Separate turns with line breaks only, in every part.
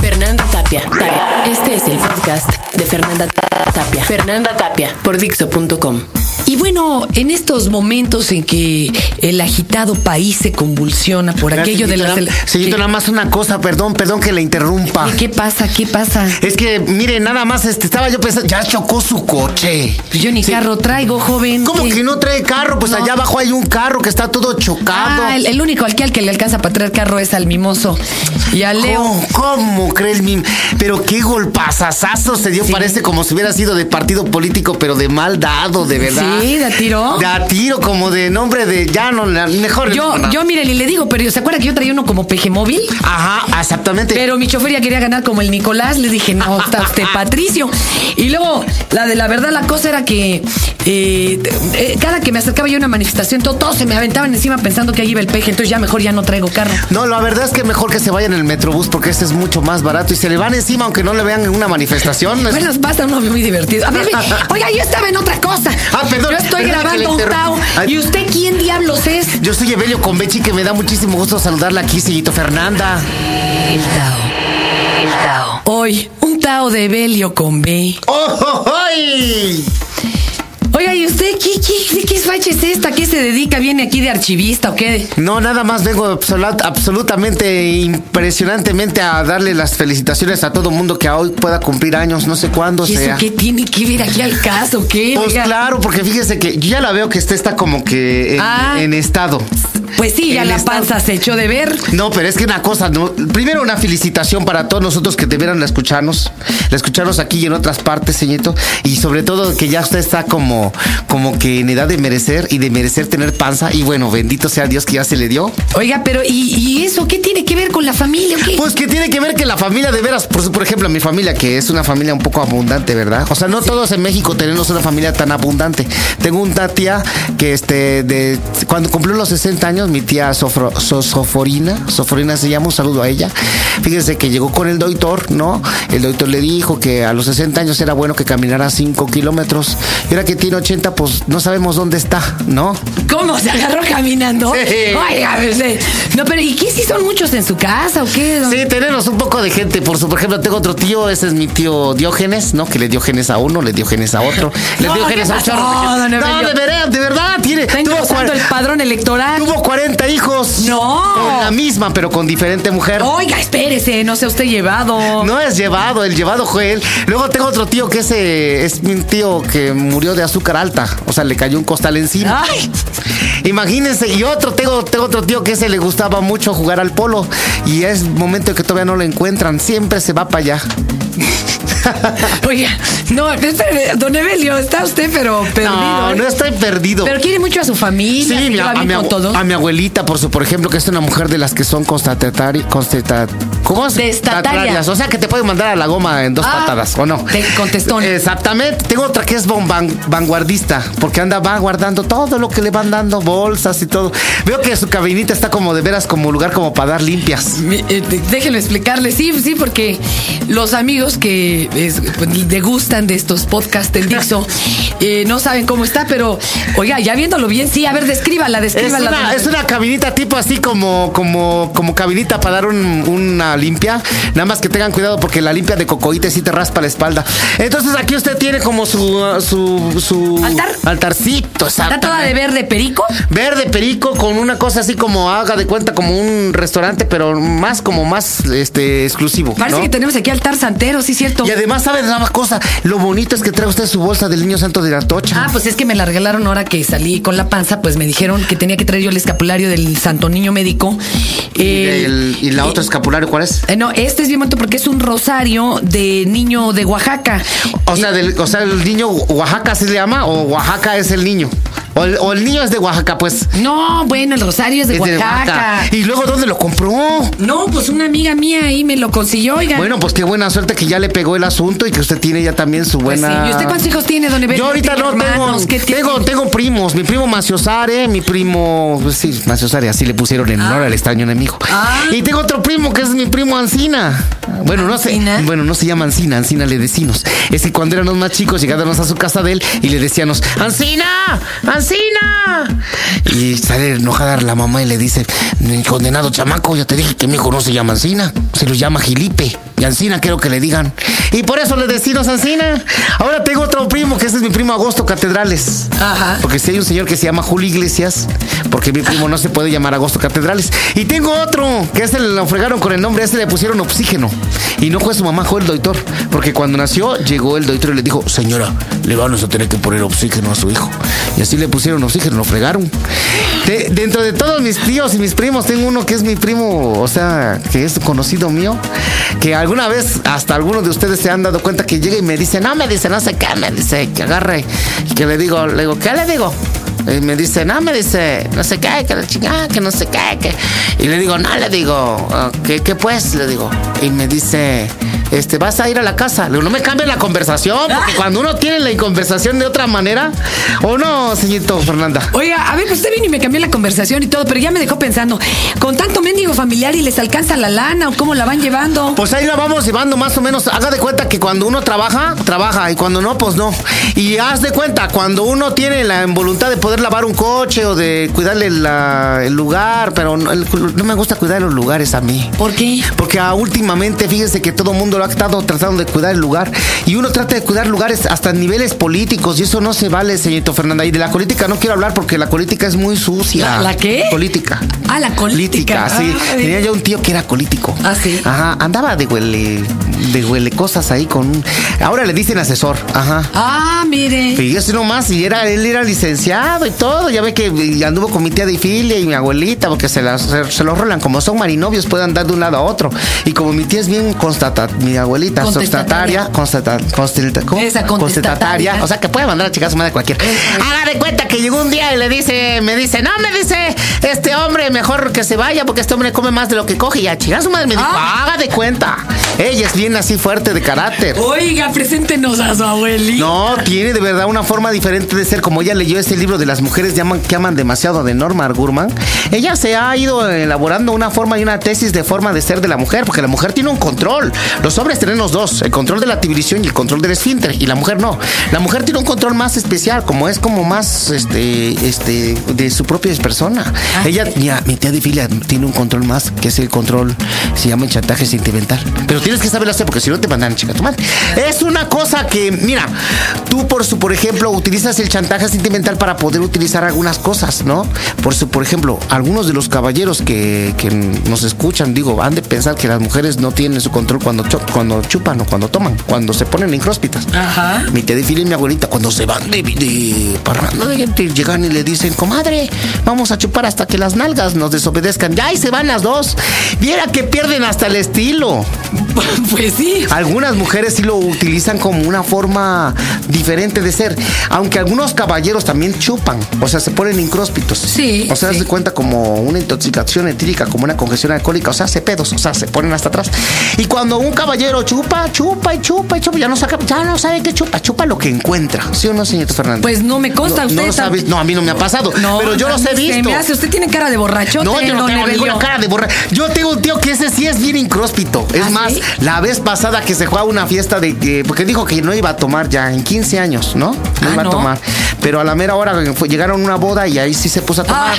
Fernanda Tapia. Tapia. Este es el podcast de Fernanda Tapia. Fernanda Tapia por Dixo.com.
Y bueno, en estos momentos en que el agitado país se convulsiona por
Espera,
aquello de
señorita,
las...
nada- Señorita,
¿Qué-
nada más una cosa, perdón, perdón que le interrumpa.
¿Qué, qué pasa? ¿Qué pasa?
Es que, mire, nada más este, estaba yo pensando, ya chocó su coche.
Pues yo ni carro traigo, joven.
¿Cómo
¿Qué?
que no trae carro? Pues
No.
allá abajo hay un carro que está todo chocado.
Ah, el, el único al que, al que le alcanza para traer carro es al mimoso. Y a Leo.
¿Cómo, cómo crees, mi? Pero qué golpazazazo se dio, parece como si hubiera sido de partido político, pero de mal dado, de verdad.
Sí, da tiro.
De a tiro, como de nombre de ya no, la- mejor.
Yo,
no, no.
yo, miren, y le digo, pero ¿se acuerda que yo traía uno como peje móvil?
Ajá, exactamente.
Pero mi chofer ya quería ganar como el Nicolás. Le dije, no, está usted Patricio. Y luego, la de la verdad, la cosa era que eh, eh, cada que me acercaba yo a una manifestación, todo- todos se me aventaban encima pensando que ahí iba el peje. Entonces ya mejor ya no traigo carro.
No, la verdad es que mejor que se vaya en el Metrobús porque este es mucho más barato y se le van encima aunque no le vean en una manifestación. Es-
Bueno, pasa uno muy divertido. A ver, ve, oiga, yo estaba en otra cosa.
Ah, perdón,
Yo estoy
perdón que le
grabando un
interrumpa.
tao.
Ay.
¿Y usted quién diablos es?
Yo soy Evelio Convechi que me da muchísimo gusto saludarla aquí, Siguito Fernanda.
El Tao. El Tao. Hoy, un Tao de Belio con B.
¡Oh, oh, ay!
Oiga, ¿y usted qué, qué, qué facha es esta? ¿Qué se dedica? ¿Viene aquí de archivista o qué?
No, nada más vengo absolut- absolutamente impresionantemente a darle las felicitaciones a todo mundo que hoy pueda cumplir años, no sé cuándo
¿Y eso
sea.
qué tiene que ver aquí al caso? ¿Qué?
Pues
Oiga,
claro, porque fíjese que yo ya la veo que usted está como que en,
Ah.
en estado.
pues sí, ya
el
la
estado-
panza se echó de ver.
No, pero es que una cosa, ¿no? primero una felicitación para todos nosotros que debieran la escucharnos, la escucharnos aquí y en otras partes, señorito, y sobre todo que ya usted está como, como que en edad de merecer y de merecer tener panza, y bueno, bendito sea Dios que ya se le dio.
Oiga, pero ¿y, y eso qué tiene que ver con la familia o qué?
Pues que tiene que ver que la familia de veras, por, por ejemplo, mi familia, que es una familia un poco abundante, ¿verdad? O sea, no todos en México tenemos una familia tan abundante. Tengo una tía que este de cuando cumplió los 60 años, mi tía Sofro- So- Soforina, Soforina se llama, un saludo a ella. Fíjense que llegó con el doctor, ¿no? El doctor le dijo que a los 60 años era bueno que caminara 5 kilómetros. Y ahora que tiene 80, pues no sabemos dónde está, ¿no?
¿Cómo se agarró caminando?
Pues- Sí.
Oiga, pues, eh, no, pero ¿y qué si son muchos en su casa o qué? don?
Sí, tenemos un poco de gente. Por, su, por ejemplo, tengo otro tío, ese es mi tío Diógenes, ¿no? Que le dio genes a uno, le dio genes a otro, le
No,
dio
¿qué
genes a un
pasó,
chorro.
don
de, no,
Evelio?
de verdad, de verdad, tiene.
Está
Tuvo,
engrosando el
cuar-
padrón electoral.
tuvo 40 hijos.
No.
Con la misma, pero con diferente mujer.
Oiga, espérese, no sea usted llevado.
No es llevado, el llevado fue él. Luego tengo otro tío que ese es un tío que murió de azúcar alta. O sea, le cayó un costal encima.
Ay,
Imagínense, y otro, tengo, tengo otro tío que ese le gustaba mucho jugar al polo. Y es momento que todavía no lo encuentran. Siempre se va para allá.
oiga, no, espérese, don Evelio, está usted pero perdido.
No,
¿eh?
no estoy perdido.
Pero quiere mucho a su
Sí,
familia, se
mi- a,
lleva
a
bien
mi,
con
abu-
todos.
a mi abuelita, por, su, por ejemplo, que es una mujer de las que son constatari, constata, ¿cómo se-
Testatarias.
tatarias? O sea, que te pueden mandar a la goma en dos
Ah,
patadas, ¿o no?
te contestó.
Exactamente. Tengo otra que es bon- van- vanguardista, porque anda, va guardando todo lo que le van dando, bolsas y todo. Veo que su cabinita está como de veras, como lugar como para dar limpias.
Mi- eh, de- Déjenme explicarle, sí, sí, porque los amigos que es, pues, degustan de estos podcasts en Dixo eh, no saben cómo está, pero oiga, ya viéndolo bien, sí, a ver, descríbala,
Es
descríbala.
una,
don-
es una cabinita tipo así como, como, como cabinita para dar un- una limpia. Nada más que tengan cuidado porque la limpia de cocoíte sí te raspa la espalda. Entonces aquí usted tiene como su ah, su, su
¿Altar?
altarcito,
¿Está toda de
exactamente.
verde perico?
Verde perico con una cosa así como haga de cuenta como un restaurante, pero más como más este exclusivo.
Parece
¿no?
que tenemos aquí altar santero, sí, cierto.
Y además, ¿sabe de una cosa? Lo bonito es que trae usted su bolsa del niño santo de la tocha.
Ah, pues es que me la regalaron ahora que salí con la panza, pues me dijeron que tenía que traer yo el escapulario del Santo Niño Médico.
y,
Eh,
el- y la otra escapulario, ¿cuál es?
eh, no, este es bien bonito porque es un rosario de niño de Oaxaca.
O sea, del, o sea, el niño Oaxaca se le llama o Oaxaca es el niño. O el, o el niño es de Oaxaca, pues.
No, bueno, el rosario es de,
Es de
Oaxaca.
¿Y luego dónde lo compró?
No, pues una amiga mía ahí me lo consiguió, oiga.
Bueno, pues qué buena suerte que ya le pegó el asunto y que usted tiene ya también su
Pues sí.
buena.
¿Y usted cuántos hijos tiene, don Evelio?
Yo ahorita
¿Tiene
no
hermanos? ¿Qué
tengo,
tiene?
tengo, tengo primos. Mi primo Maciosare, mi primo. pues Sí, Maciosare, así le pusieron en honor al extraño enemigo.
Ah.
Y tengo otro primo que es mi primo Ancina. Bueno, no sé.
¿Ancina?
Bueno, no se llama Ancina, Ancina le decimos. Es que cuando éramos más chicos, llegábamos a su casa de él y le decíamos: ¡Ancina! ¡Ancina! ¡Asesina! Y sale enojada la mamá y le dice, condenado chamaco, ya te dije que mi hijo no se llama Ancina, se lo llama Gilipe. Y Ancina quiero que le digan. Y por eso le decimos Ancina. Ahora tengo otro primo, que ese es mi primo Agosto Catedrales.
Ajá.
Porque si hay un señor que se llama Julio Iglesias, porque mi primo no se puede llamar Agosto Catedrales. Y tengo otro, que ese le naufragaron con el nombre, ese le pusieron Oxígeno. Y no fue su mamá, fue el doctor. Porque cuando nació, llegó el doctor y le dijo, señora, le vamos a tener que poner oxígeno a su hijo. Y así le pusieron oxígeno, lo fregaron. De- dentro de todos mis tíos y mis primos, tengo uno que es mi primo, o sea, que es conocido mío, que alguna vez, hasta algunos de ustedes se han dado cuenta que llega y me dice, no, me dice, no sé qué, me dice, que agarre. Y que le digo, le digo, ¿qué le digo? Y me dice, no, me dice, no sé qué, que la chingada, que no sé qué, que... Y le digo, no, le digo, "Ah, ¿qué, qué pues? Le digo. Y me dice, este, vas a ir a la casa. Le digo, no me cambien la conversación, porque cuando uno tiene la conversación de otra manera, ¿o no, señorito Fernanda?
Oiga, a ver, pues usted vino y me cambió la conversación y todo, pero ya me dejó pensando, ¿con tanto mendigo familiar y les alcanza la lana o cómo la van llevando?
Pues ahí la vamos llevando más o menos. Haga de cuenta que cuando uno trabaja, trabaja. Y cuando no, pues no. Y haz de cuenta, cuando uno tiene la voluntad de poder lavar un coche o de cuidarle la- el lugar, pero no, el- no me gusta cuidar los lugares a mí.
¿Por qué?
Porque ah, últimamente, fíjense que todo el mundo lo ha estado tratando de cuidar el lugar. Y uno trata de cuidar lugares hasta niveles políticos. Y eso no se vale, señorito Fernanda. Y de la política no quiero hablar porque la política es muy sucia.
¿La- la qué?
Política.
Ah, la política.
sí.
Ah,
Tenía yo un tío que era colítico.
Ah, sí.
Ajá. Andaba de huele, de huele cosas ahí con un. Ahora le dicen asesor. Ajá.
Ah, mire.
Y eso nomás, y era, él era licenciado y todo. Ya ve que y anduvo con mi tía de filia y mi abuelita, porque se, las- se, se los rolan. Como son marinovios, pueden andar de un lado a otro. Y como mi tía es bien constata, mi abuelita,
Contestataria.
constataria, constata, constata- ¿cómo?
Esa, contestataria.
contestataria. O sea, que puede mandar a chicar a su madre a cualquiera. Haga de cuenta que llegó un día y le dice, me dice, no, me dice, este hombre mejor que se vaya porque este hombre come más de lo que coge. Y a chicar a su madre me dijo,
Ah.
haga de cuenta. Ella es bien así fuerte de carácter.
Oiga, preséntenos a su abuelita.
No, tiene de verdad una forma diferente de ser. Como ella leyó este libro de las mujeres que aman, que aman demasiado de Norma Gurman, ella se ha ido elaborando una forma y una tesis de forma de ser de la mujer, porque la mujer tiene un control. Los hombres tienen los dos, el control de la tibirición y el control del esfínter, y la mujer no. La mujer tiene un control más especial, como es como más este, este, de su propia persona. ella, mira, mi tía de filia tiene un control más, que es el control, se llama el chantaje sentimental. Pero tienes que saberlo hacer, porque si no te mandan chica a tu madre. Es una cosa que, mira, tú por su, por ejemplo, utilizas el chantaje sentimental para poder utilizar algunas cosas, ¿no? Por su, por ejemplo, algunos de los caballeros que, que nos escuchan, digo, han de pensar que las mujeres no tienen su control cuando, cho- cuando chupan o cuando toman, cuando se ponen incróspitas.
Ajá.
Mi tía de Fili y mi abuelita, cuando se van de, de parranda de gente, llegan y le dicen, comadre, vamos a chupar hasta que las nalgas nos desobedezcan. Ya, y se van las dos. Viera que pierden hasta el estilo.
Pues sí.
Algunas mujeres sí lo utilizan como una forma diferente de ser. Aunque algunos caballeros también chupan. O sea, se ponen incróspitos.
Sí,
O sea,
sí.
se cuenta como una intoxicación etílica, como una congestión alcohólica. O sea, se pedos. O sea, se ponen hasta atrás. Y cuando un caballero chupa, chupa y chupa y chupa, ya no, saca, ya no sabe qué chupa. Chupa lo que encuentra. ¿Sí o no, señor Fernández?
Pues no me consta
no,
usted.
no lo
está-
sabes. No, a mí no me ha pasado. pero yo los he
se
visto.
me hace, usted tiene cara de borrachote,
No, yo no
don
tengo
Evelio.
ninguna cara de borra. Yo tengo un tío que ese sí es bien incróspito. Es
¿Ah,
más,
sí?
la vez pasada que se fue a una fiesta de que. Porque dijo que no iba a tomar ya en 15 años, ¿no? No
Ah,
iba
¿no?
a tomar. Pero a la mera hora fue- llegaron a una boda y ahí sí se puso a
Ah.
tomar.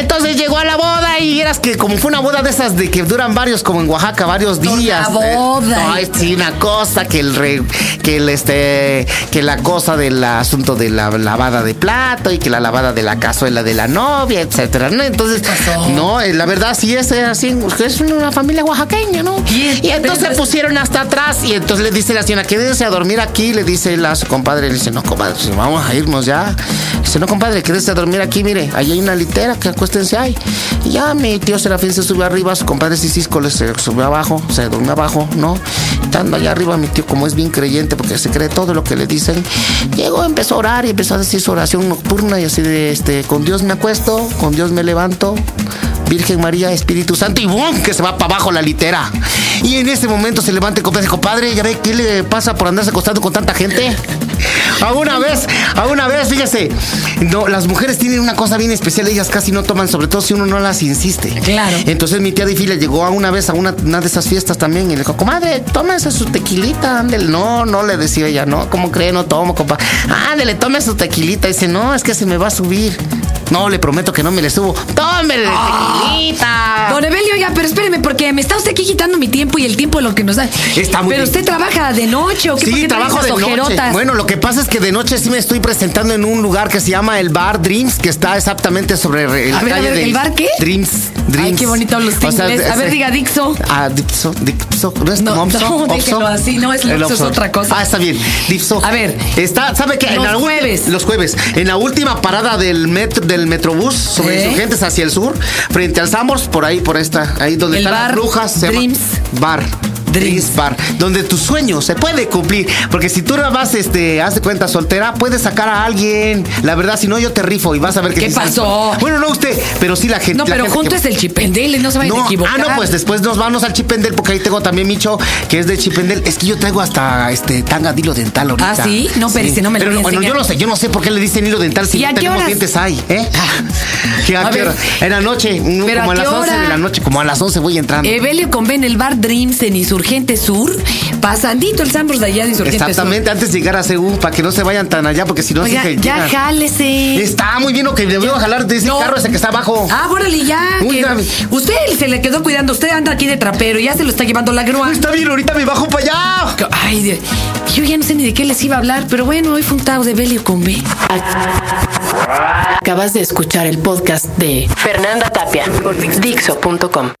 Entonces llegó a la boda y eras que, como fue una boda de esas de que duran varios, como en Oaxaca, varios
Por la
días. eh,
boda.
no, es sí, una cosa que el re- que el este que la cosa del asunto de la lavada de plato y que la lavada de la cazuela de la novia, etcétera, ¿no? Entonces,
pasó?
no, eh, la verdad sí es eh, así, es una familia oaxaqueña, ¿no?
Bien,
Y entonces
pero-
pusieron hasta atrás y entonces le dice la señora, quédese a dormir aquí, le dice la, su compadre, le dice, no, compadre, pues, vamos a irnos ya. Dice, no, compadre, quédese a dormir aquí, mire, ahí hay una litera, que acuéstense ahí. Y ya mi tío Serafín se sube arriba, su compadre Sicisco le se subió abajo, se durmió abajo, ¿no? Estando allá arriba, mi tío, como es bien creyente, porque se cree todo lo que le dicen, llegó, empezó a orar y empezó a decir su oración nocturna y así de, este, con Dios me acuesto, con Dios me levanto. Virgen María, Espíritu Santo, y ¡bum! que se va para abajo la litera. este Y en ese momento se levanta el compadre y dice, compadre, ya ve qué le pasa por andarse acostando con tanta gente. A una vez, a una vez, fíjese. No, las mujeres tienen una cosa bien especial, ellas casi no toman, sobre todo si uno no las insiste.
Claro.
Entonces mi tía Difi le llegó a una vez a una, una de esas fiestas también y le dijo, comadre, tómese su tequilita, ándele. No, no le decía ella, no, ¿cómo cree? No tomo, compa. Ándele, tome su tequilita. dice, no, es que se me va a subir. No, le prometo que no me le subo. Tómele tequilita.
Don Evelio, ya, pero espéreme, porque me está usted aquí quitando mi tiempo y el tiempo de lo que nos da.
Está muy
Pero
bien.
usted trabaja de noche o qué ¿Por
Sí,
qué trae
trabajo
esas
de noche.
ojerotas?
Bueno, lo que pasa es que de noche sí me estoy presentando en un lugar que se llama el Bar Dreams, que está exactamente sobre re- la
A ver, a
calle
ver,
de
¿el bar qué?
Dreams, Dreams.
Ay, qué bonito los
O sea,
tingles. a
es-
ver, diga Dixo.
Ah, Dipso, Dipso, no es
No,
como Opso,
no,
Opso.
déjelo así, no, es
El
Lipso, es
Opso.
otra cosa.
Ah, está bien, Dipso.
A ver,
Está, ¿sabe qué?
los
la ulti-
jueves.
Los jueves. En la última parada del metro, del Metrobús, sobre
¿Eh?
insurgentes hacia el sur, frente al Sambors, por ahí, por esta, ahí donde
El
están
Bar
las brujas. se llama
Dreams.
Bar.
Dreams.
Dreams Bar, donde tu sueño se puede cumplir. Porque si tú vas, este, haz de cuenta soltera, puedes sacar a alguien. La verdad, si no, yo te rifo y vas a ver
¿Qué
sí soy-
pasó?
Bueno, no usted, pero sí la gente.
No,
la
pero
gente
junto
que-
es el chipendele, no se vayan a
No,
equivocar.
ah, no, pues después nos vamos al Chipendel, porque ahí tengo también Micho, que es de Chipendel. Es que yo traigo hasta este tanga de hilo dental ahorita.
Ah, ¿sí? No, pero ese no me lo
Pero
voy a
bueno, yo
enseñar.
no sé, yo no sé por qué le dicen hilo dental si
¿Y
no
a qué
tenemos
horas? Ah.
dientes ahí, ¿eh? ¿Qué, a
A
qué
ver.
hora? En la noche, mm,
¿Pero a
como a,
qué
las 11 de
hora? Eh,
la noche, como a las 11 voy entrando.
Evelio conven el bar Dreams en Insurgente Sur, pasandito el Sambros de allá de Insurgente
Exactamente, antes de llegar a CU, para que no se vayan tan allá, porque si no
Sur.
sí
Oiga,
que
ya
llegan.
jálese.
Está muy bien lo que le voy a jalar de ese
No.
carro ese que está abajo.
Ah, órale, ya.
Uy,
que-
grave.
usted se le quedó cuidando. Usted anda aquí de trapero, ya se lo está llevando la grúa.
Está bien, ahorita me bajo para allá.
Ay, Dios. yo ya no sé ni de qué les iba a hablar, pero bueno, hoy fue un tao de Belio con B.
Acabas de escuchar el podcast de Fernanda Tapia por Dixo.com.